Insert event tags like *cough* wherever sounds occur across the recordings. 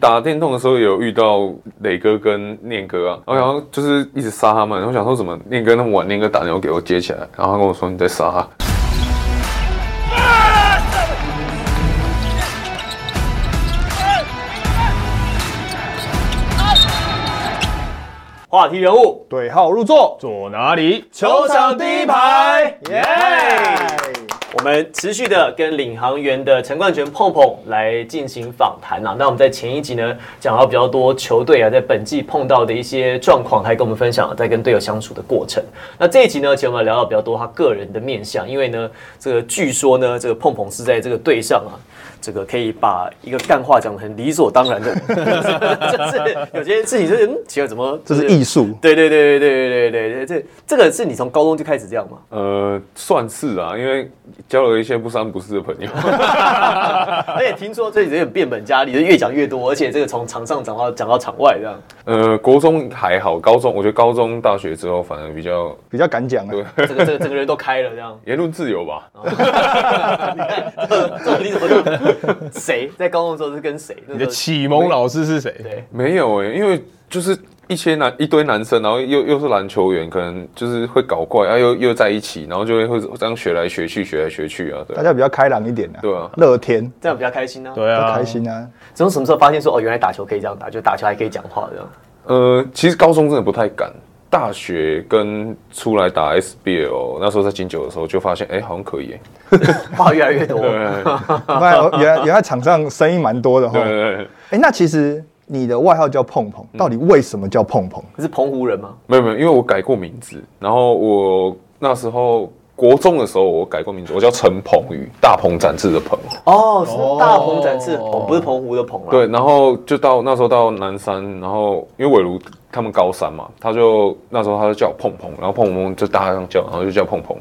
打电动的时候有遇到磊哥跟念哥啊，然后然后就是一直杀他们，然后想说怎么念哥那么晚，念哥打电话给我接起来，然后他跟我说你在杀他。话题人物对号入座，坐哪里？球场第一排，耶！我们持续的跟领航员的陈冠权碰碰来进行访谈啊。那我们在前一集呢讲到比较多球队啊在本季碰到的一些状况，他也跟我们分享了在跟队友相处的过程。那这一集呢，其实我们聊到比较多他个人的面相，因为呢，这个据说呢，这个碰碰是在这个队上啊。这个可以把一个干话讲得很理所当然的，就是有些事情就是嗯，奇怪怎么这就是艺术，对对对对对对对对，这这个是你从高中就开始这样吗？呃，算是啊，因为交了一些不三不四的朋友。 *laughs* 而 *laughs* 且听说这里有点变本加厉，就越讲越多，而且这个从场上讲到讲到场外这 *laughs* 样，呃，国中还好，高中我觉得高中、大学之后反而比较比较敢讲啊。这个这个整个人都开了这 *laughs* 样。言论自由吧。你看这这种你怎么谁在高中的时候是跟谁？你的启蒙老师是谁？对没有诶、因为就是一些男一堆男生，然后又又是篮球员，可能就是会搞怪，然、啊、后又又在一起，然后就会会这样学来学去，学来学去啊，对大家比较开朗一点啊，对啊乐天，这样比较开心啊。，对都啊，开。心啊。从什么时候发现说哦，原来打球可以这样打，就打球还可以讲话这样？呃，其实高中真的不太敢，大学跟出来打 SBL，那时候在金九的时候就发现，哎、好像可以、欸。话越来越 *laughs* 多。 *laughs* 我发现原来原来场上声音蛮多的哈。对对，哎，那其实你的外号叫碰嗯碰，到底为什么叫碰碰？你是澎湖人吗？没有没有，因为我改过名字，然后我那时候国中的时候我改过名字，我叫陈鹏宇，大鹏展翅的鹏。哦，是大鹏展翅的哦鹏，不是澎湖的鹏啦。对，然后就到那时候到南山，然后因为伟如他们高三嘛，他就那时候他就叫我碰碰，然后碰碰就大家这样叫，然后就叫碰碰。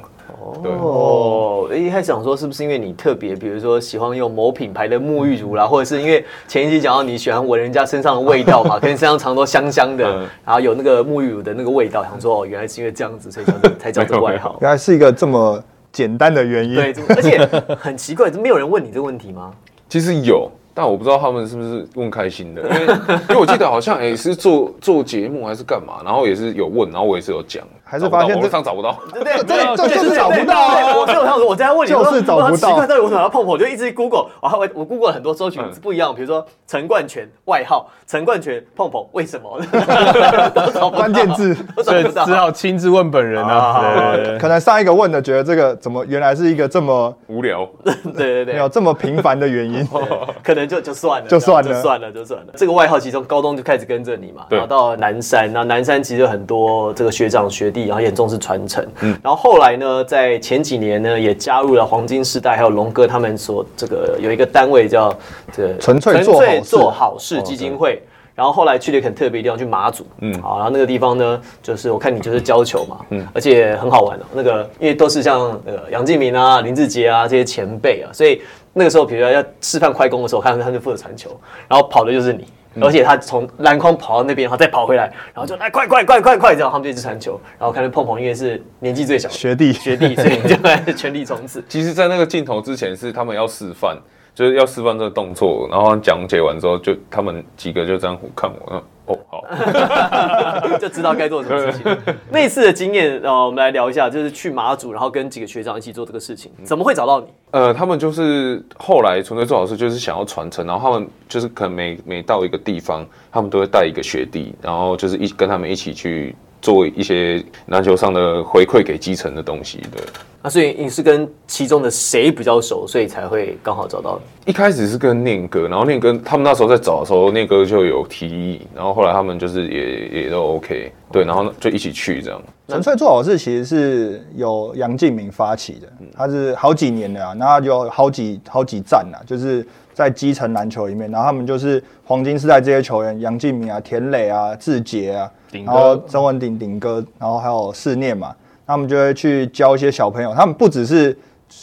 对，哦，一开始想说是不是因为你特别，比如说喜欢用某品牌的沐浴乳嗯啦，或者是因为前一期讲到你喜欢闻人家身上的味 *laughs* 道嘛，可能身上常都香香的嗯，然后有那个沐浴乳的那个味道，想说哦，原来是因为这样子，所以叫这才叫这个外 *laughs* 号。原来是一个这么简单的原因。对，这而且很奇怪，没有人问你这个问题吗？其实有，但我不知道他们是不是问开心的，因 *laughs* 为因为我记得好像也、是做做节目还是干嘛，然后也是有问，然后我也是有讲，还是发现找不到网络上找不这到。 *laughs* 对不 *laughs* 对？这对这对就是对找不对到啊对对我就想说，我在问你，就是我说找不我说到奇怪，到底为什么要碰我？我就一直 Google，然后我我 Google 了很多搜嗯寻不一样，比如说陈冠权外号，陈冠权碰碰，为什么？ *laughs* 都找不到关键字，都找所以不到只。好亲自问本人啊啊。对对对可能上一个问的觉得这个怎么原来是一个这么无聊，对对没有对，这么平凡的原因。哦可能就就算了，就算了就算了，就算了。这个外号其实从高中就开始跟着你嘛，对然后到南山，那南山其实有很多这个学长学弟，然后也很重视传承。嗯然后后来呢，在前几年呢，也加入了黄金世代，还有龙哥他们所这个有一个单位叫这个纯粹做好事纯粹做好事基金会。然后后来去了一个很特别的地方，去马祖，哦嗯，好，然后那个地方呢，就是我看你就是教球嘛，嗯，而且很好玩哦。那个因为都是像呃杨敬明啊、林志杰啊这些前辈啊，所以那个时候，比如说要示范快攻的时候，看到他们就负责传球，然后跑的就是你，而且他从篮筐跑到那边，然后再跑回来，然后就来快快快快快，这样他们就一直传球，然后看到碰碰因为是年纪最小的学弟，学弟，所以就 *laughs* 来全力冲刺。其实，在那个镜头之前是他们要示范，就是要示范这个动作，然后讲解完之后，就他们几个就这样看我，嗯哦，好，就知道该做什么事情。那一次的经验，呃，我们来聊一下，就是去马祖，然后跟几个学长一起做这个事情，怎么会找到你？呃，他们就是后来纯粹做好事，就是想要传承，然后他们就是可能每每到一个地方，他们都会带一个学弟，然后就是一跟他们一起去做一些篮球上的回馈给基层的东西对，啊，所以你是跟其中的谁比较熟，所以才会刚好找到你。一开始是跟念哥，然后念哥他们那时候在找的时候，念哥就有提议，然后后来他们就是也也都 OK，对，然后就一起去这样。纯粹做好事其实是由杨敬明发起的，嗯他是好几年了、啊，那他有好几好几站啊，就是在基层篮球里面，然后他们就是黄金时代这些球员，杨敬明啊、田磊啊、志杰啊，顶哥然后曾文鼎鼎哥，然后还有四念嘛，他们就会去教一些小朋友，他们不只是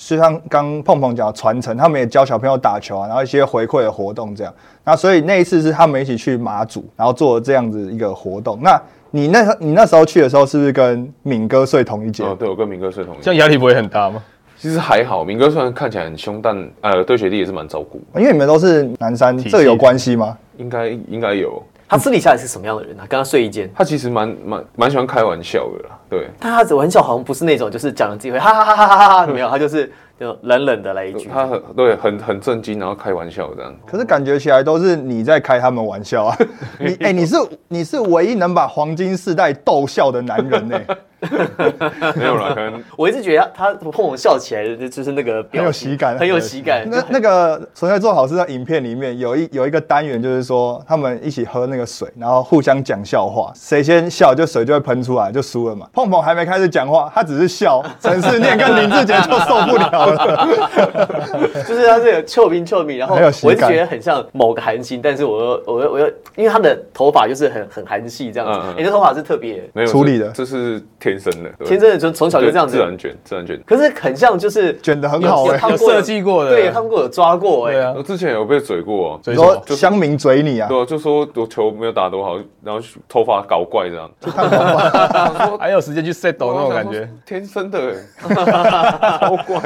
就像刚碰碰讲的传承，他们也教小朋友打球啊，然后一些回馈的活动这样。那所以那一次是他们一起去马祖，然后做这样子一个活动。那你那你那时候去的时候，是不是跟敏哥睡同一间？哦，对，我跟明哥睡同一这间，样压力不会很大吗？其实还好，明哥虽然看起来很凶，但呃对学弟也是蛮照顾。因为你们都是南山，系这个有关系吗？应该应该有。他私底下是什么样的人啊？跟他睡一间，他其实蛮蛮蛮喜欢开玩笑的啦，对，但他的玩笑好像不是那种就是讲了自己会哈哈哈哈哈哈哈，没有，他就是就冷冷的来一句。他很对很很震惊，然后开玩笑这 *laughs* 样。可是感觉起来都是你在开他们玩笑啊！你哎、你是你是唯一能把黄金世代逗笑的男人欸呢、没有啦，可能我一直觉得他他碰我笑起来，就是那个表很有情喜感很有喜感。那那个《谁在做好事》的影片里面有一有一个单元，就是说他们一起喝那个水，然后互相讲笑话，谁先笑就水就会喷出来，就输 *laughs* 了嘛。碰碰还没开始讲话，他只是笑，陈世念跟林志杰就受不了了。就是他这个臭兵臭兵，然后很有喜我一直感觉得很像某个韩星，但是我又我又我又因为他的头发就是很很韩系这样子，嗯嗯你、这头发是特别没有处这理的这是天生的，对天生的，从从小就这样对自子，然卷，自然卷。可是很像就是卷得很好有欸看过有设计过的对，有看过有抓过哎、对啊我之前有被嘴过、哦，所你以说说乡民嘴你啊，对啊，就说我球没有打多好，然后头发搞怪这样。还有时间去 settle 那种感觉，，天生的 *laughs* 欸超怪。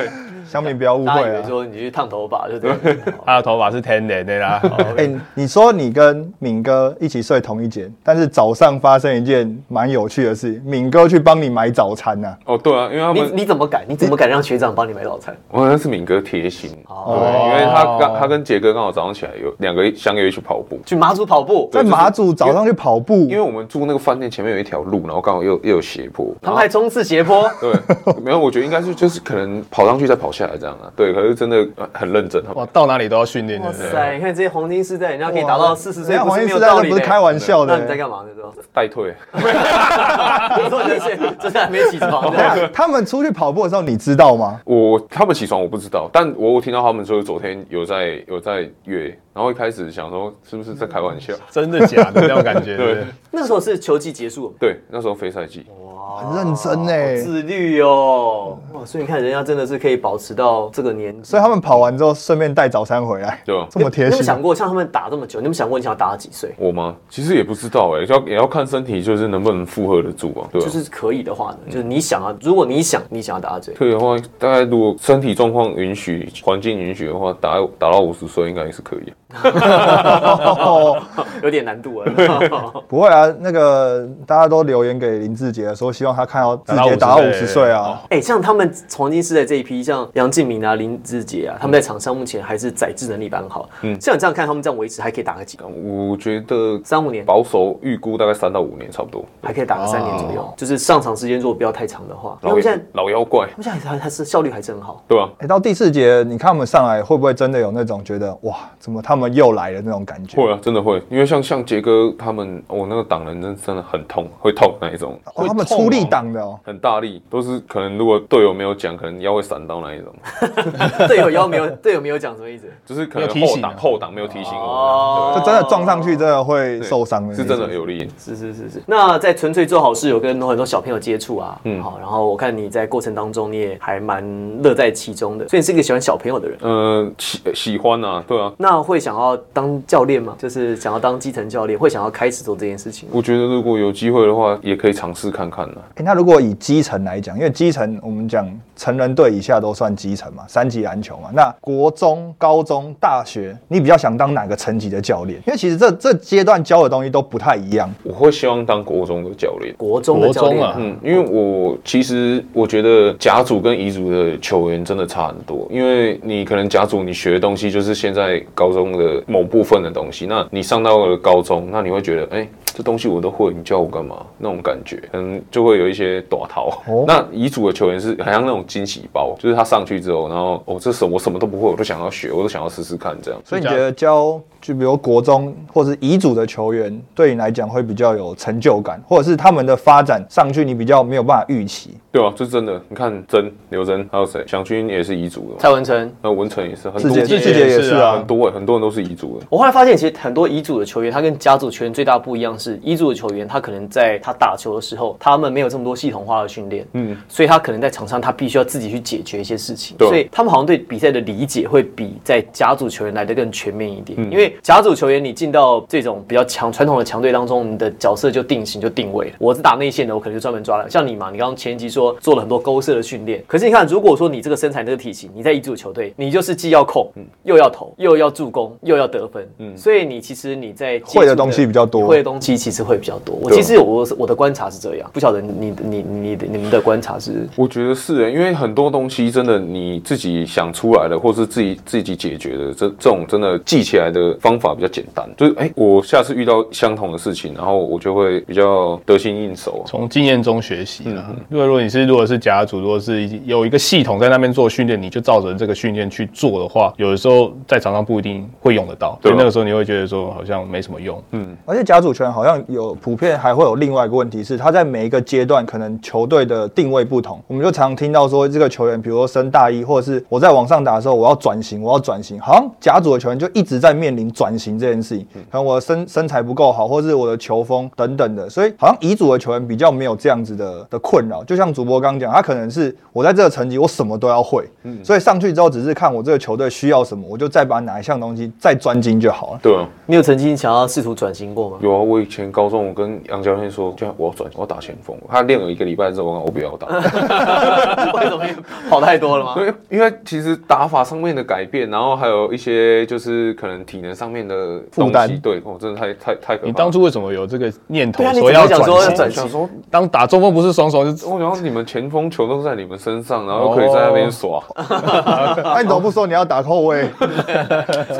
乡民不要误大家会以啊为。说你去烫头发，对不 *laughs* 对？他的啊头发是天然的啦。哦哎、你说你跟敏哥一起睡同一间，但是早上发生一件蛮有趣的事，敏哥去帮你买早餐呐、啊。哦，对啊，因为他你们你怎么敢？你怎么敢让学长帮你买早餐？我好像是敏哥贴心，哦对，因为他刚他跟杰哥刚好早上起来有两个相约去跑步，去马祖跑步，在马祖早上去跑步，因为我们住那个饭店前面有一条路，然后刚好又又有斜坡，他们还冲刺斜坡，对， *laughs* 没有，我觉得应该是就是可能跑上去再跑下来这样啊，对，可是真的呃很认真，他们哇，到哪里都要训练哇的。啊塞！你看这些黄金世代，人家可以达到四十岁，人家不黄是没金有时代道那理不的。是开玩笑的、欸那你在干嘛呢？这种，代退， *laughs* 你说这些，这是还 *laughs* 没起床等一的。下他们出去跑步的时候，你知道吗？我他们起床我不知道，但我我听到他们说昨天有在有在约，然后一开始想说是不是在开玩嗯笑，真的假的那种感觉，对不对？那时候是球季结束，对，那时候非赛季，很认真欸呢、自律哦，哇！所以你看，人家真的是可以保持到这个年纪。所以他们跑完之后，顺便带早餐回来， *laughs* 对吧？这么贴你有没有心。想过，像他们打这么久，你有没有想过你想要打到几岁？我吗？其实也不知道哎、要也要看身体，就是能不能负荷得住啊，对吧？就是可以的话呢，就是你想啊，如果你想，你想要打到几岁？ *laughs* 可以的话，大概如果身体状况允许、环境允许的话，打打到五十岁应该也是可以。 *laughs* 哦，有点难度啊。 *laughs* 不会啊，那个大家都留言给林志杰说，希望他看到志杰打到打到五50十岁啊。哎、像他们黄金世代这一批，像杨敬敏啊、林志杰啊，他们在场上目前还是载制能力蛮好。嗯，像你这样看，他们这样维持还可以打个几我觉得三五年，保守预估大概三到五年差不多。还可以打个三年左哦右。就是上场时间如果不要太长的话，因为他老们现在妖老妖怪，他们现在还还还是效率还是 *laughs* 很好。对吧、哎、到第四节，你看我们上来会不会真的有那种觉得哇，怎么他们又来了那种感觉？会啊，真的会，因为像像杰哥他们，哦我、那个挡人真真的很痛，会痛那一种，哦，他们会痛出力哦挡的哦。很大力，都是可能如果队友没有讲，可能腰会闪到那一种，队友要没有队友没有讲什么意思？就是可没能有提后醒啊挡后挡没有提醒哦我，就真的撞上去，真的会对对受伤的那是种，真的有力。是是是是。那在纯粹做好事，有跟很多小朋友接触啊，嗯，好，然后我看你在过程当中，你也还蛮乐在其中的，所以你是一个喜欢小朋友的人。呃，喜喜欢啊，对啊，那会想要当教练吗？就是想要当基层教练，会想要开始做这件事情吗。我觉得如果有机会的话，也可以尝试看看啊呢、欸那如果以基层来讲，因为基层我们讲成人队以下都算基层嘛，三级篮球嘛。那国中、高中、大学，你比较想当哪个层级的教练？因为其实这这阶段教的东西都不太一样。我会希望当国中的教练。国中的教练，国中啊嗯，因为我其实我觉得甲组跟乙组的球员真的差很多，因为你可能甲组你学的东西就是现在高中的某部分的东西，那你上到了高中，那你会觉得，哎、这东西我都会，你叫我干嘛？那种感觉，嗯，就会有一些短逃。哦那乙组的球员是很像那种惊喜包，就是他上去之后，然后哦，这什么我什么都不哦会，我都想要学，我都想要试试看这样。所以你觉得教就比如国中或是乙组的球员，对你来讲会比较有成就感，或者是他们的发展上去你比较没有办法预期。对啊，这真的，你看曾、刘真还有谁，祥军也是乙组的嘛，蔡文成。那文成也是，很志多杰自志己杰也也是是啊啊很，多、欸、很多人都是乙组的。我后来发现，其实很多乙组的球员，他跟甲组球员最大不一样是，乙组的球员他可能在他打球的时候，他们没有这么多系统化的训练，嗯，所以他可能在场上他必须要自己去解决一些事情，对嗯所以他们好像对比赛的理解会比在甲组球员来的更全面一点，因为以甲组球员你进到这种比较强传统的强队当中，你的角色就定型就定位了。我是打内线的，我可能就专门抓篮。像你嘛，你刚刚前一集说做了很多勾射的训练，可是你看，如果说你这个身材、你这个体型，你在一组球队，你就是既要控，嗯又要投，又要助攻，又要得分，嗯，所以你其实你在接触会的东西比较多啊会的东西其实会比较多。我对其实我我的观察是这样，不晓得你你你你你们的观察是我觉得是欸，因为很多东西真的你自己想出来的，或是自己自己解决的，这这种真的记起来的方法比较简单。就是哎、我下次遇到相同的事情，然后我就会比较得心应手啊。从经验中学习啦。嗯如果如果你是如果是甲组，如果是有一个系统在那边做训练，你就照着这个训练去做的话，有的时候在场上不一定会用得到，对啊所以那个时候你会觉得说好像没什么用。而且甲组球员好像有普遍还会有另外一个问题是，他在每一个阶段可能球队的定位不同，我们就常听到说这个球员，比如说升大一，或者是我在往上打的时候，我要转型，我要转型，好像甲组的球员就一直在面临转型这件事情，可能我的身身材不够好，或是我的球风等等的，所以好像乙组的球员比较没有这样子的的困扰。就像主播刚讲，他可能是我在这个层级我什么都要会，所以上去之后只是看我这个球队需要什么，我就再把哪一项东西再专精就好了。对啊，你有曾经想要试图转型过吗？有啊，我以前高中我跟杨教练说，叫我要转，我要打前锋。他练了一个礼拜之后，我跟他我不要打。为什么跑太多了吗？因为因为其实打法上面的改变，然后还有一些就是可能体能上面的东西负担对，哦，真的太太太可怕了。你当初为什么有这个念头对啊你说怎么要讲说转要型转？我想说，当打中锋不是双手就是我想说你们前锋球都在你们身上，然后可以在那边耍。哦那、啊你怎么不说你要打后卫？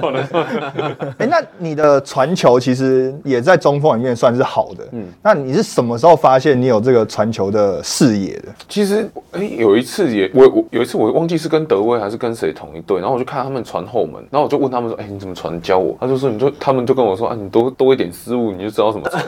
错了错了， *laughs* 哎、那你的传球其实也在中锋里面算是好的。嗯，那你是什么时候发现你有这个传球的视野的？其实哎、有一次也我我有一次我忘记是跟德威还是跟谁同一队，然后我就看他们传后门，然后我就问他们说，哎、你怎么传教我？他就说你就他们就跟我说啊，你多多一点失误，你就知道怎 *laughs* 么传。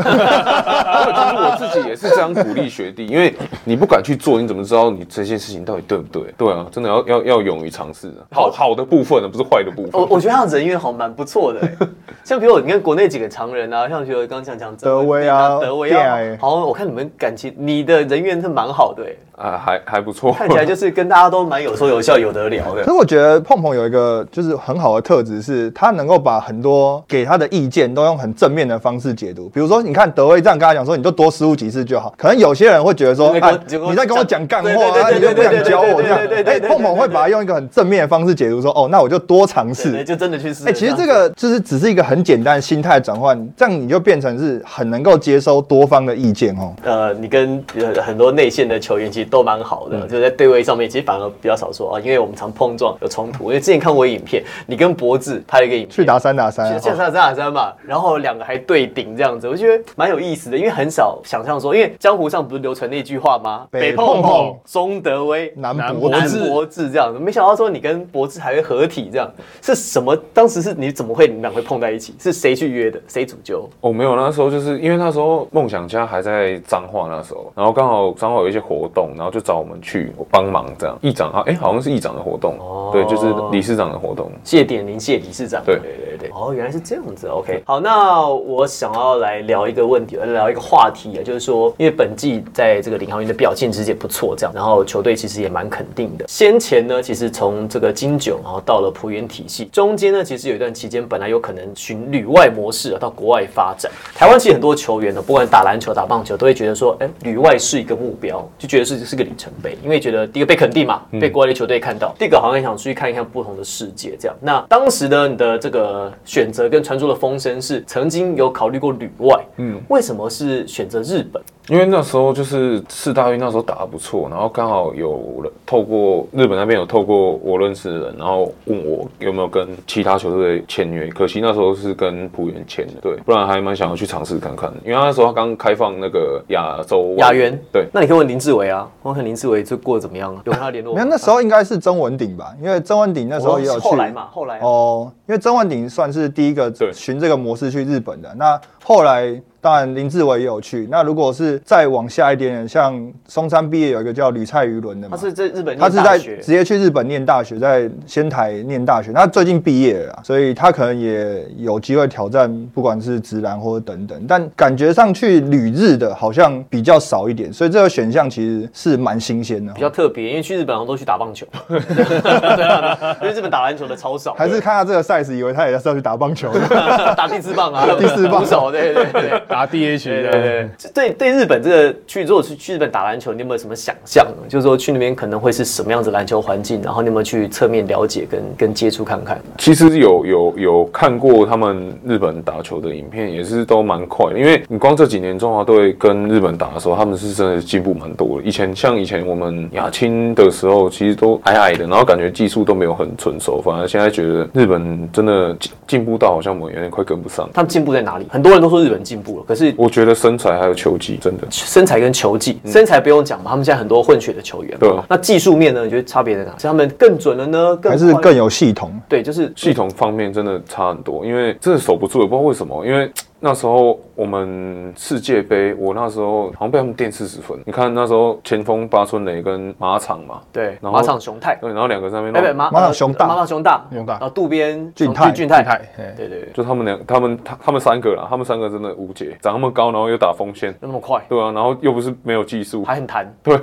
其实我自己也是这样鼓励学弟，因为你不敢去做，你怎么知道你这件事情到底对不对？对啊，真的要要要勇于尝试啊，好好的部分呢，不是坏的部 *laughs* 我分。啊我觉得他的人缘好像蛮不错 *laughs* 的欸、像比如我你看国内几个常人啊，像比如刚讲讲德威啊德威对啊啊欸，好像我看你们感情，你的人缘是蛮好 *laughs* 的欸、啊，还还不错，看起来就是跟大家都蛮有说有笑、有得聊可 *laughs* 的。是我觉得碰碰有一个就是很好的特质，是他能够把很多给他的意见都用很正面的方式解读。比如说，你看德威这样跟他讲说，你就多失误几次就好。可能有些人会觉得说，你在跟我哎你在跟我你在跟我讲干讲话啊，对对你就不对想教我对对这样对对对。哎，对对碰碰会把它用一个很正面的方式解读，说哦，那我就多尝试。对，就真的去试。哎、其实这个就是只是一个很简单的心态转换，这样你就变成是很能够接收多方的意见哦。呃，你跟呃很多内线的球员其实都蛮好的，就在对位上面，其实反而比较少说啊，因为我们常碰撞有冲突。因为之前看过影片，你跟博智拍了一个影片，去打三打三去啊，像三打三嘛，然后两个还对顶这样子，我觉得蛮有意思的，因为很少想象说，因为江湖上不是流传那句话吗？北碰碰中德威、南南博博南智博智这样，没想到说你跟博智还会合体这样，是什么？当时是你怎么会你们俩会碰在一起？是谁去约的？谁主揪？哦，没有，那时候就是因为那时候梦想家还在彰化那时候，然后刚好彰化有一些活动，然后就找我们去帮忙这样。议长啊，哎、好像是议长的活动，哦对，就是理事长的活动。谢点林谢理事长。对对对对。哦，原来是这样子。OK，好，那我想要来聊一个问题，呃聊一个话题啊，就是说，因为本季在这个领航员的表现其实也不错，这样，然后球队其实也蛮肯定的。先前呢，其实从这个金九，然后到了浦原体系，中间呢，其实有一段期间本来有可能循旅外模式啊到国外发展。台湾其实很多球员呢，不管打篮球、打棒球，都会觉得说，哎、旅外是一个目标，就觉得是是个里程碑，因为觉得第一个被肯定嘛，嗯被国外的球队看到；第二个好像想出去看一看不同的世界这样。那当时呢，你的这个选择跟传出的风声是曾经有考虑过旅外，嗯，为什么是选择日本？因为那时候就是四大运那时候打得不错，然后刚好有人透过日本那边有透过我认识的人，然后问我有没有跟其他球队签约。可惜那时候是跟浦原签的，对，不然还蛮想要去尝试看看。因为那时候他刚开放那个亚洲亚元对，那你可以问林志伟啊，我看林志伟就过得怎么样啊？有跟他联络没吗？哦有那时候应该是曾文鼎吧，因为曾文鼎那时候也有去。后来嘛，后来啊、哦哦，因为曾文鼎算是第一个对循这个模式去日本的。那后来当然林志伟也有去。那如果是再往下一点点，像松山毕业有一个叫吕蔡余伦的嘛，他是在日本念他是大在学直接去日本念大学，在仙台念大学。他最近毕业了啦，所以他可能也有机会挑战，不管是直男或者等等。但感觉上去旅日的好像比较少一点，所以这个选项其实是蛮新鲜的比。较特别，因为去日本好像都去打棒球， *laughs* 对啊因为日本打篮球的超少，还是看他这个 size，以为他也是要去打棒球的。 *laughs* 打第四棒啊， *laughs* 第四棒鼓手，对对对对。打 DH 对的，对对，这对对日本这个去，如果是去日本打篮球，你有没有什么想象呢？就是说去那边可能会是什么样子的篮球环境，然后你有没有去侧面了解跟跟接触看看？其实有有有看过他们日本打球的影片，也是都蛮快的。因为你光这几年中华队跟日本打的时候，他们是真的进步蛮多的。以前像以前我们亚青的时候，其实都矮矮的，然后感觉技术都没有很纯熟，反而现在觉得日本真的进进步到好像我们有点快跟不上。他们进步在哪里？很多人都说日本进步了，可是我觉得身材还有球技真的身材跟球技，嗯身材不用讲嘛，他们现在很多混血的球员嘛。对啊那技术面呢？你觉得差别在哪？是他们更准了呢？更还是快更有系统。对，就是系统方面真的差很多，因为真的守不住，也不知道为什么。因为那时候我们世界杯，我那时候好像被他们垫四十分。你看那时候前锋八村垒跟马场嘛，对然后马场雄太，对，然后两个在那哎边不弄，马马场雄大马场雄大，雄大然后渡边哦俊泰俊泰，太，哎对对对，就他们两，他们他他们三个啦，他们三个真的无解，长那么高，然后又打锋线，那么快，对啊，然后又不是没有技术，还很弹。对，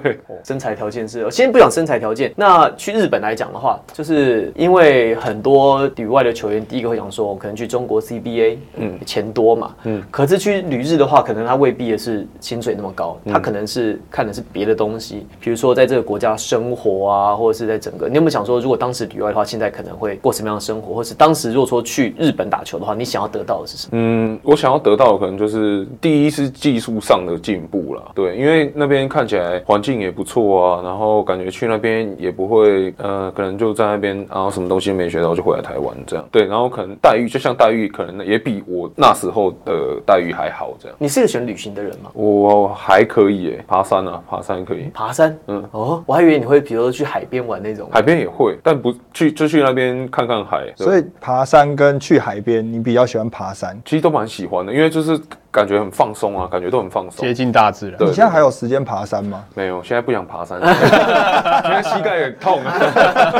身材条件是，哦先不讲身材条件。那去日本来讲的话，就是因为很多旅外的球员，第一个会想说，可能去中国 CBA，嗯，钱多嘛，嗯。可是去旅日的话，可能他未必也是薪水那么高，他可能是看的是别的东西，比如说在这个国家生活啊，或者是在整个。你有没有想说，如果当时旅外的话，现在可能会过什么样的生活，或是当时如果说去日本打球的话，你想要得到的是什么？嗯，我想要得到的可能就是第一是技术上的进步啦，对，因为那边看起来环境也不错啊，然后感觉去那边也不会，呃，可能就在那边，然后什么东西没学到就回来台湾这样，对，然后可能待遇就像待遇可能也比我那时候的待遇还好这样，你是个喜欢旅行的人吗？我还可以耶、爬山啊，爬山可以。爬山，嗯，哦，我还以为你会，比如说去海边玩 *laughs* 那种。海边也会，但不去就去那边看看海，对所以爬山跟去海边，你比较喜欢爬山。其实都蛮喜欢的，因为就是感觉很放松啊，感觉都很放松接。近大自然。对你现在还有时间爬山吗？没有，现在不想爬山， *laughs* 现在膝盖很痛啊。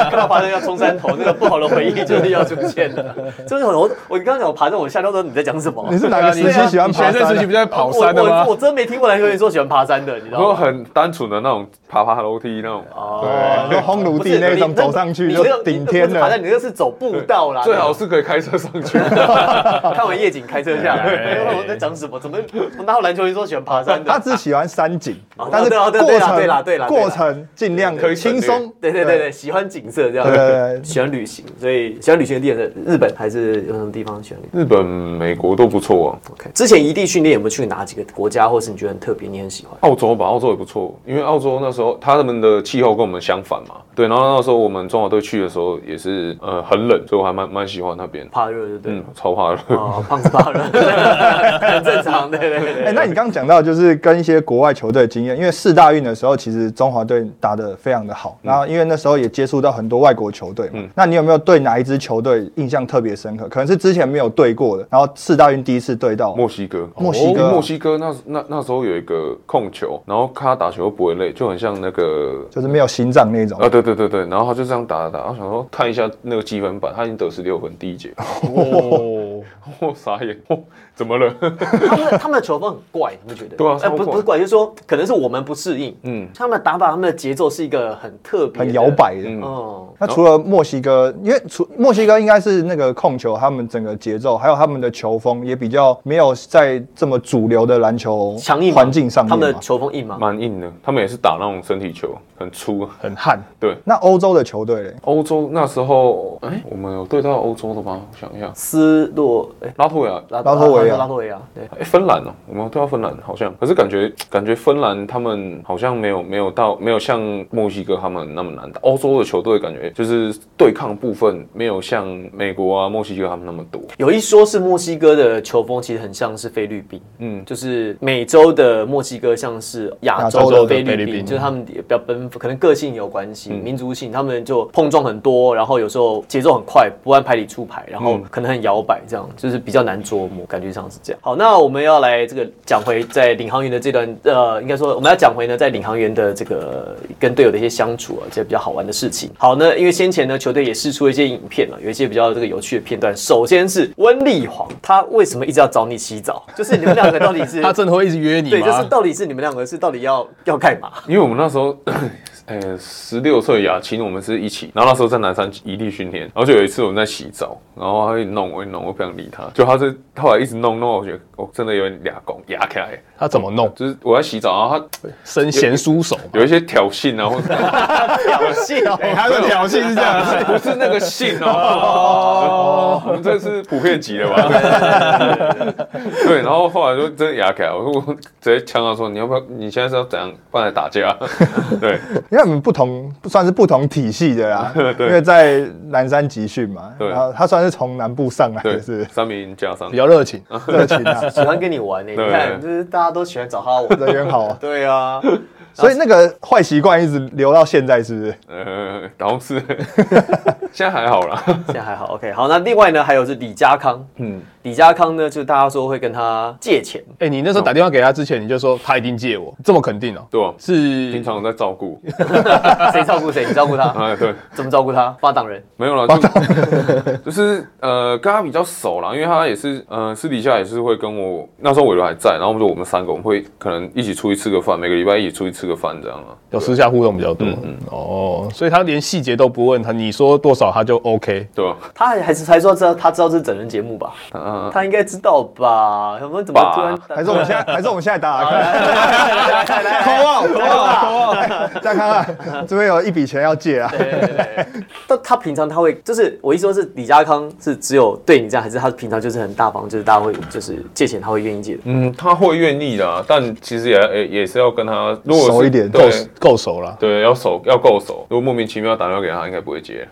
看到爬山要冲山头，那个不好的回忆就是要出现 *laughs* 了。就是我我你刚刚讲我爬山，我吓到说你在讲什么？你是哪个时对啊期喜欢你爬学生山啊时期不？是在跑山的我吗我？我真没听过篮球员说喜欢爬山的，你知然后道吗？很单纯的那种爬爬楼梯那种，对，就烘炉不是地哦那种你走上去你就那个顶你那天不是爬了山，。你那是走步道啦，啊 *laughs* 最好是可以开车上去。看完夜景开车下来。对我在讲什么？怎么我哪有篮球员说喜欢爬山他的？只喜欢山景哦，但是对啊过对啊对啊对程啦对啦对啦过程尽量可以省略轻松。对对对对，喜欢景色这样对对，对喜欢旅行，所以喜欢旅行的地方，日本还是有什么地方喜欢旅行日本、美国都不错啊， ？OK，之前异地训练有没有去哪几个国家，或是你觉得很特别，你很喜欢？澳洲吧，澳洲也不错，因为澳洲那时候他们的气候跟我们相反嘛。对，然后那时候我们中华队去的时候也是呃很冷，所以我还蛮蛮喜欢那边。怕热就对了嗯。，超怕热。哦，胖子 *laughs* 怕热，很正常，对对对。哎，那你刚刚讲到就是跟一些国外球队的经验，因为四大运的时候，其实中华队打得非常的好，嗯然后因为那时候也接触到很多外国球队嘛。那你有没有对哪一支球队印象特别深刻？可能是之前没有对过的，然后四大运第一次对到。墨西哥，墨西哥哦墨西哥那那那时候有一个控球，然后他打球又不会累，就很像那个就是没有心脏那种哦啊，，对对对对，然后他就这样打打打，然后想说看一下那个积分板，他已经得十六分第一节， *laughs* 哦，我、傻眼， *laughs* 哦怎么了？哎他们的他们的球风很怪，你不觉得？对啊哎超不怪不是怪，就是说可能是我们不适应，嗯嗯，他们的打法，他们的节奏是一个很特别、很摇。摆的。嗯哦，那除了墨西哥，因为除墨西哥应该是那个控球，他们整个节奏还有他们的球风也比较没有在这么主流的篮球强硬吗环境上他面们嘛嗯的。球风硬吗？蛮硬的，他们也是打那种身体球，很粗。 *laughs* 很悍，对，那欧洲的球队嘞，欧洲那时候，哎、我们有对到欧洲的吗？我想一下，斯洛哎，拉脱维亚。拉拉脱维亚拉脱维亚，对，哎，芬兰哦，我们有对到芬兰好像，可是感觉感觉芬兰他们好像没有没有到没有像墨西哥他们那么难打。欧洲的球队感觉就是对抗部分没有像美国啊、墨西哥他们那么多。有一说是墨西哥的球风其实很像是菲律宾，嗯，就是美洲的墨西哥像是亚洲亚洲的的菲菲律律宾，宾就是他们比较奔跟可能个性有关系，民族性，他们就碰撞很多，然后有时候节奏很快，不按牌理出牌，然后可能很摇摆，这样就是比较难捉摸，感觉上是这样。好，那我们要来这个讲回在领航员的这段，呃，应该说我们要讲回呢，在领航员的这个跟队友的一些相处啊，这些比较好玩的事情。好，那因为先前呢，球队也试出了一些影片啊，有一些比较这个有趣的片段。首先是温丽煌，他为什么一直要找你洗澡？就是你们两个到底是他真的会一直约你对，就是吗？到底是你们两个是到底要要干嘛？因为我们那时候， *coughs* 呃，十六岁雅琴，我们是一起，然后那时候在南山一地训练，然后就有一次我们在洗澡，然后他一直弄我，一直弄我不想理他，就他是后来一直弄弄，我觉得我真的有点牙拱牙开来，他怎么弄？就是我在洗澡，然后他身咸酥手，有一些挑衅啊，或者 *laughs* 挑衅哦，哎他的挑衅是这样，哦 *laughs* 不是那个性哦，我们这是普遍级的吧？对，然后后来就真的牙起来，我说我直接呛他说：“你要不要？你现在是要怎样？不然来打架？” *laughs* 对，因为我们不同，不算是不同体系 *laughs* 的啦。因为在南山集训嘛，对然后他算是从南部上来对 *laughs* 的，是三名加上比，较热情。热情啊，喜欢跟你玩呢、对你看，就是大家都喜欢找他玩。人缘 *laughs* 好啊。对啊，所以那个坏习惯一直留到现在，是不是？呃，然后 *laughs* 是现在还好啦。现在还好。OK，好，那另外呢，还有是李家康，嗯，李家康呢，就是大家说会跟他借钱，哎，你那时候打电话给他之前，你就说他一定借我，这么肯定哦？对吧？啊是平常我在照顾，嗯谁照顾谁？你照顾他，哎，对，怎么照顾他？发党人，没有了，就 *laughs* 就是呃，跟他比较熟啦，因为他也是呃，私底下也是会跟我那时候伟伦还在，然后我们就我们三个，我们会可能一起出去吃个饭，每个礼拜一起出去吃个饭这样啊。有私下互动比较嗯多。哦，所以他连细节都不问，他你说多少他就 OK。对吧？他还还是还说知道他知道这是整人节目吧？嗯嗯，嗯他应该知道吧？我们怎么吧突然还是我们现在，还是我们现在打啊打啊看，来来来口来望口望口望，再看 *laughs* 看这边有一笔钱要借啊。对对对对但他平常他会，就是我意思说是李家康是只有对你这样，还是他平常就是很大方，就是大家会就是借钱他会愿意借的。嗯，他会愿意的，但其实也也也是要跟他如果是熟一点对够够熟了。对，要熟要够熟。如果莫名其妙打电话给他，应该不会接。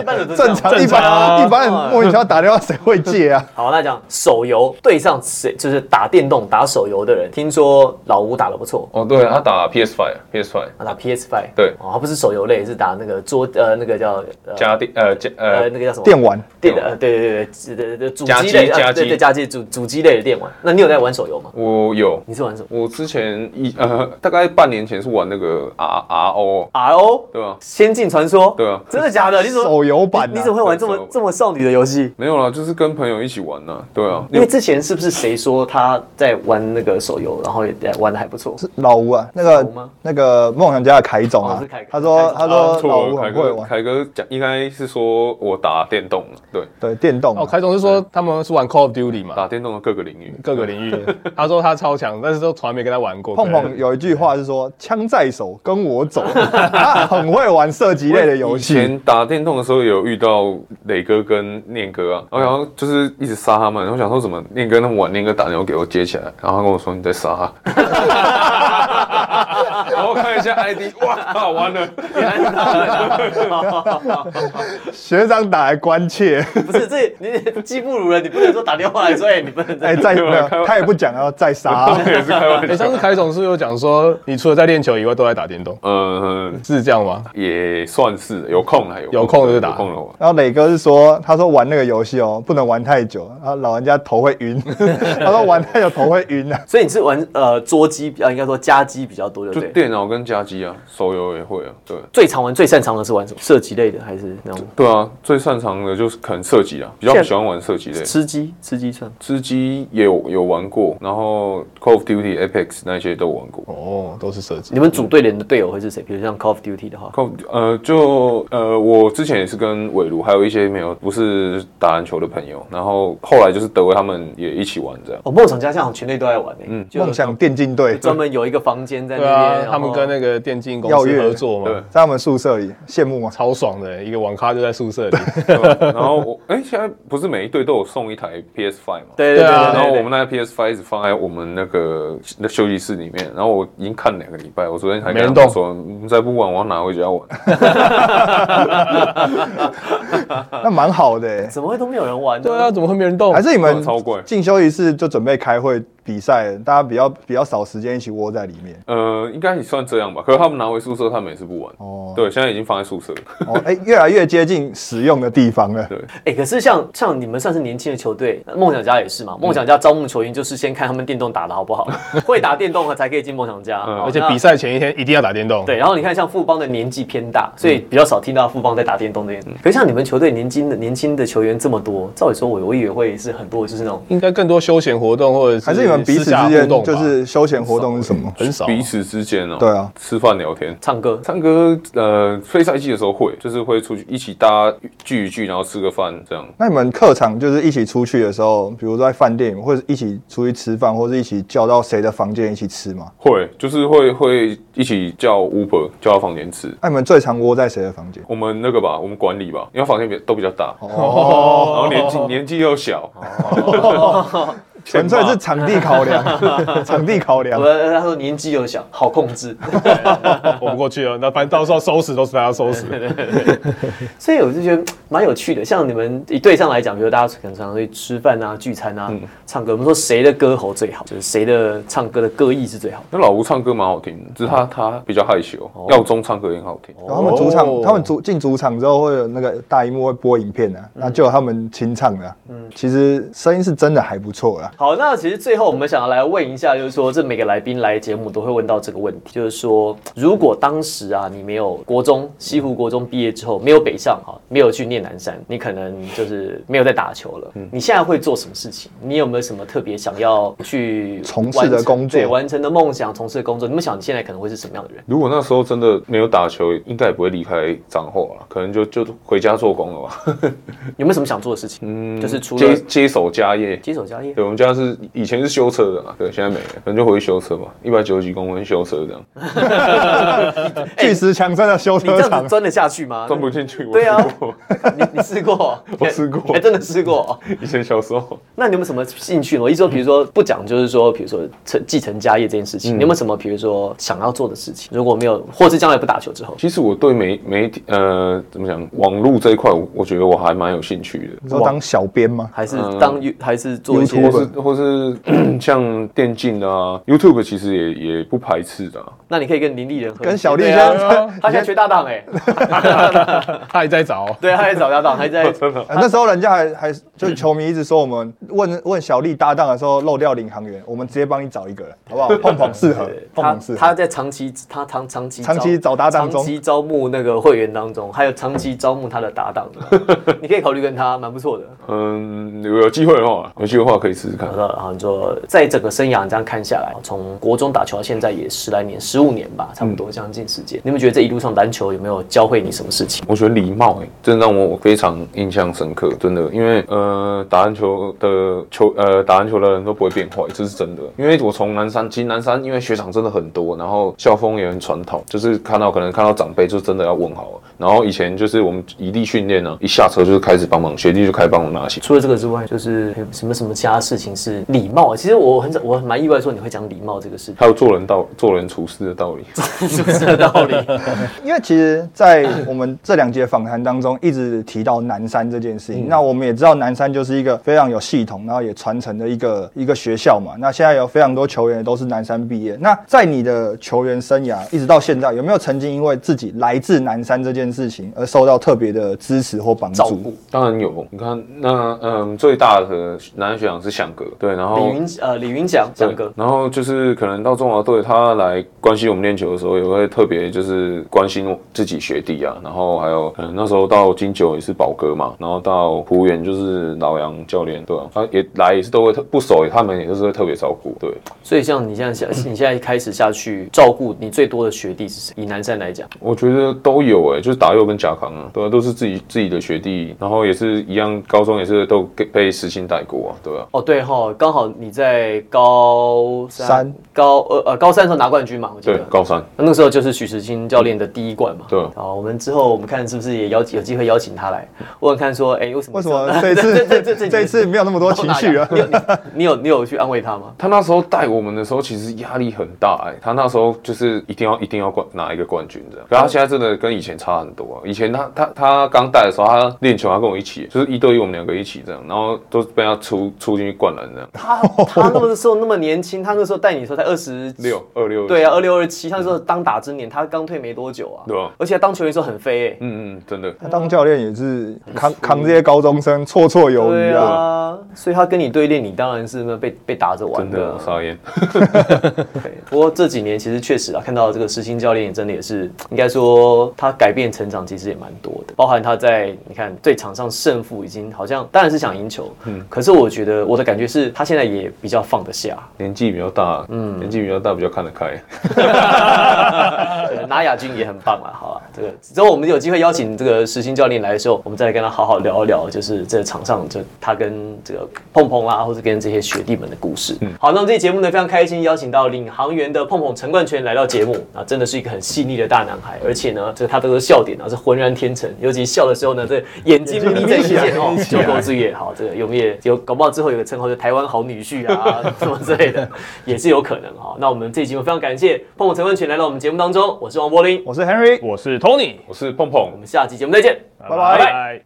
一般人都正常，啊一般哦一般人莫名其妙打电话谁会借啊？好，那讲手游对上谁就是打电动打手游的人，听说老吴打得不错，哦，对，他打 PS Five，PS Five 他打 PS Five，对哦，他不是手游类，是打那个桌呃那个叫呃家电呃家呃呃那个叫什么 *laughs* 电玩电的呃对对对对对主家机机类家呃对机对家机主主机类的电玩，那你有在玩手游吗？我有，你是玩什么我之前一呃大概半年前是玩那个 R R O， ？R O 对吧？仙境传说，对啊真的假的？你怎么手游版啊你你怎么会玩这手么游这么少女的游戏？没有啦，就是跟朋友一起玩呢。对啊，因为之前是不是谁说他在玩那个手游，然后也玩的还 *laughs* 不错？ *laughs* 老吴啊，那老吴吗个那个梦想家的凯总哦啊是凯，他说凯他总说老错了，吴凯很会哥玩，凯哥讲应该是说我打电动了，对，对啊电动啊哦，凯总是说他们是玩 Call of Duty 嘛，打电动的各个领域。各个领域。他说他超强，但是都从来没跟他玩过。碰碰有一句话是说“枪在手，跟我走”， *laughs* 他很会玩射击类的游以戏。前打电动的时候有遇到磊哥跟念哥啊，然后就是一直杀他们，然后想说怎么念哥那么晚，念哥打电话给我接起来，然后他跟我说你在杀他。 *laughs* 然后看一下 ID，哇，靠完了，学长打来关切， *laughs* 不是，这你技不如人，你不能说打电话来说，哎，你不能哎，在。再没有他也不讲要再 *laughs* 杀，也是开 *laughs* 玩哎，上笑。次凯总是有讲说，你除了在练球以外，都在打电动，嗯，是这样吗？也算是有空了，有空就打有空了。然后磊哥是说，他说玩那个游戏哦，不能玩太久，然后老人家头会 *laughs* 晕。他说玩太久头会晕啊。所以你是玩呃桌机比较，应该说家机比较多，对就不对？电脑跟家机啊，手游也会啊，对。最常玩、最擅长的是玩什么？射击类的还是那种对啊，最擅长的就是可能射击啊，比较现在喜欢玩射击类。吃鸡？吃鸡算吃鸡也有有玩过，然后 Call of Duty、Apex 那些都玩过。哦，都是设计你。们组队的人的队友会是谁？比如像 Call of Duty 的话，靠，呃，就呃，我之前也是跟伟如还有一些没有不是打篮球的朋友，然后后来就是德威他们也一起玩这样。哦，梦想家像全队都在玩诶，嗯，梦想电竞队专门有一个房间在那对边啊，，然后他们跟那个电竞公邀司约合作嘛对，在我们宿舍里，羡慕 *laughs* 吗？超爽的，欸一个网咖就在宿舍里。然后我哎、现在不是每一队都有送一台 PS Five 吗？对对对对啊对，然后对我们那台 PS Five 一直放在我们那个那休息室里面，然后我已经看两个礼拜，我昨天还没跟人他们说，你再不玩我要拿回家玩。 *laughs* 那蛮好的欸。怎么会都没有人玩呢？啊对啊，怎么会没人动？还是你哦们超贵进修一次就准备开会，比赛了，大家比较比较少时间一起窝在里面。呃，应该也算这样吧。可是他们拿回宿舍，他们也是不玩。哦对，现在已经放在宿舍了。哦，哎、越来越接近使用的地方了。哎、可是像像你们算是年轻的球队，呃梦想家也是嘛。梦想家招募球员就是先看他们电动打的好不好，会打电动的才可以进梦想家。嗯好而且那比赛前一天一定要打电动。对，然后你看像富邦的年纪偏大，所以比较少听到富邦在打电动这件事。可是像你们球队年轻的年轻的球员这么多，照理说我我以为会是很多就是那种应该更多休闲活动或者还是你们彼此之私下间互动吧就是休闲活动是什么？很少啊彼此之间哦，对啊，吃饭聊天。唱歌。唱歌，呃，非赛季的时候会，就是会出去一起搭聚一聚，然后吃个饭这样。那你们客场就是一起出去的时候，比如说在饭店，或者一起出去吃饭，或者一起叫到谁的房间一起吃吗？会，就是会会一起叫 Uber 叫到房间吃。那你们最常窝在谁的房间？我们那个吧，我们管理吧，因为房间比都比较大，哦，然后年纪年纪又小，纯粹是场地考 *laughs* 量，场地考量我。他说年纪又小，好控制， *laughs* 哦我不过去了，那反正到时候收拾都是大家收拾。所以我就觉得蛮有趣的。像你们以队上来讲，比如大家可能常常会吃饭啊、聚餐啊、唱歌。我们说谁的歌喉最好，就是谁的唱歌的歌艺是最好。那老吴唱歌蛮好听的，只是嗯他他比较害羞，哦耀中唱歌也很好听。然后他们主哦场，他们主进主场之后会有那个大荧幕会播影片的、嗯啊，那就有他们清唱的啊、其实声音是真的还不错啊啦。好，那其实最后我们想要来问一下，就是说这每个来宾来节目都会问到这个问题，就是说如果当时啊你没有国中西湖国中毕业之后没有北上哈，没有去念南山，你可能就是没有在打球了。你现在会做什么事情？你有没有什么特别想要去从事完的成工作对，完成的梦想，从事的工作？你们想你现在可能会是什么样的人？如果那时候真的没有打球，应该也不会离开彰化了，可能就就回家做工了吧。有没有什么想做的事情？嗯，就是除了接接手家业，接手交易。对我们家是以前是修车的啦，对，现在没了，可能就回去修车吧，一百九十几公分修车这样，嗯巨石强森的修哎你这车样厂子，钻得下去吗？钻不进去。我 *laughs* 对啊试过，你你试过？哎我试 *laughs* 过还真的试过。 *laughs* 哦以前小时候，那你有没有什么兴趣呢？我一说，比如说不讲，就是说，比如说承继承家业这件事嗯情，你有没有什么，比如说想要做的事情？如果没有，或是将来不打球之后，其实我对媒媒体呃怎么讲，网络这一块，我我觉得我还蛮有兴趣嗯的。你说当小编吗？还是当、还是做一些嗯 YouTuber 或是或是 *clears throat* 像电竞啊，YouTube 其实也也不排斥的啊、那你可以跟林立人合作跟小丽对这啊样，他现在缺搭档 *laughs* 哎、他还在找，哦对，他在找搭档，还在呃那时候人家 *clears throat* 还还就是球迷一直说我们问问小丽搭档的时候漏掉领航员，我们直接帮你找一个人，好 *laughs* 不好？碰碰适合，碰他碰适他合。在长期他长长期长期找搭档中长期招募那个会员当中，还有长期招募他的搭 *laughs* 档，你可以考虑跟他，蛮不错的。嗯，有有机会的话，有机会的话可以试试看好。了，好，你说在整个生涯你这样看下来，从国中打球到现在也十来年，十五年吧，差不多将近时间。你们觉得这一路上篮球有没有教会你什么事情？我觉得礼貌、欸，真的让我非常印象深刻，真的，因为呃，打篮球的球呃，打篮球的人都不会变坏，这是真的。因为我从南山，其实南山因为学长真的很多，然后校风也很传统，就是看到可能看到长辈就真的要问好。然后以前就是我们异地训练啊呢，一下车就是开始帮忙，学弟就开始帮我拿鞋。除了这个之外，就是有什么什么其他事情是礼貌啊？其实我很少，我蛮意外说你会讲礼貌这个事情， *laughs* 还有做人道、做人处事的道理，是不是这个道理？因为其实，在我们这两节访谈当中，一直提到南山这件事情。那我们也知道，南山就是一个非常有系统，然后也传承的一个一个学校嘛。那现在有非常多球员都是南山毕业。那在你的球员生涯一直到现在，有没有曾经因为自己来自南山这件事情而受到特别的支持或帮照助顾？哦当然有。你看，那嗯，最大的男篮学长是响哥，对，然后李云呃，李云讲对讲哥，然后就是可能到中华队，他来关心我们练球的时候，也会特别就是关心我自己学弟啊，然后还有可能那时候到金九也是宝哥嘛，然后到湖源就是老杨教练，对啊，他也来也是都会特不熟，他们也就是会特别照顾，对所以像你这样想，你现在开始下去照顾你最多的学弟是谁？以南山来讲，我觉得都有哎、就是打佑跟贾康啊，对啊，都是自己自己的学弟，然后也是一样，高中也是都给被实心带过啊，对啊，哦对哈，刚好你在高三高呃呃高三的时候拿冠军嘛，我记对得，高三，那那个时候就是许时清教练的第一冠嘛。对啊好，我们之后我们看是不是也邀有机会邀请他来，问问看说，哎、为什么为什么 *laughs* 这一次这一次没有那么 *laughs* 多情绪啊 *laughs* 了？你有啊你有你有去安慰他 *laughs* 吗？他那时候带我们的时候，其实压力很大哎、他那时候就是一定要一定要冠拿一个冠军这样。哦可他现在真的跟以前差很多啊。以前他他他刚带的时候，他练球，他跟我一起，就是一对一我们两个一起这样，然后都被他出出进去灌男 *laughs* 这样，他他那个时候那么年轻，他那时候带你的时候才二十六，二六对啊，二六二七，他那时候当打之年，他刚退没多久啊，对啊而且他当球员的时候很飞哎，嗯嗯，真的，他 *laughs* 当教练也是扛扛这些高中生绰绰有余对啊。啊，所以他跟你对练，你当然是被被打着玩真的的，我啊。傻眼，对不过这几年其实确实啊，看到这个石鑫教练也真的也是，应该说他改变成长其实也蛮多的，包含他在你看对场上胜负已经好像当然是想赢球，嗯，可是我觉得我的感觉是他现在也比较放得下，年纪比较大，嗯，年纪比较大比较看得开，对拿亚军也很棒啊，好啊，这个之后我们有机会邀请这个石鑫教练来的时候，我们再来跟他好好聊一聊，就是在场上就他跟这个碰碰啊，或者跟这些学弟们的故事。好，那我们这期节目呢非常开心，邀请到领航员的碰碰陈冠权来到节目啊，真的是一个很细腻的大男孩，而且呢，这个他这个笑点啊是浑然天成，尤其笑的时候呢，这眼睛眯在一起哦， *laughs* 九狗之月，好，这个有没有有搞不好之后有个称号就台湾好女婿啊什么之类的，也是有可能哈。那我们这期节目非常感谢碰碰陈冠权来到我们节目当中，我是王柏林，我我是 Henry，我是 Tony，我是碰碰，们下期节目再见。拜拜拜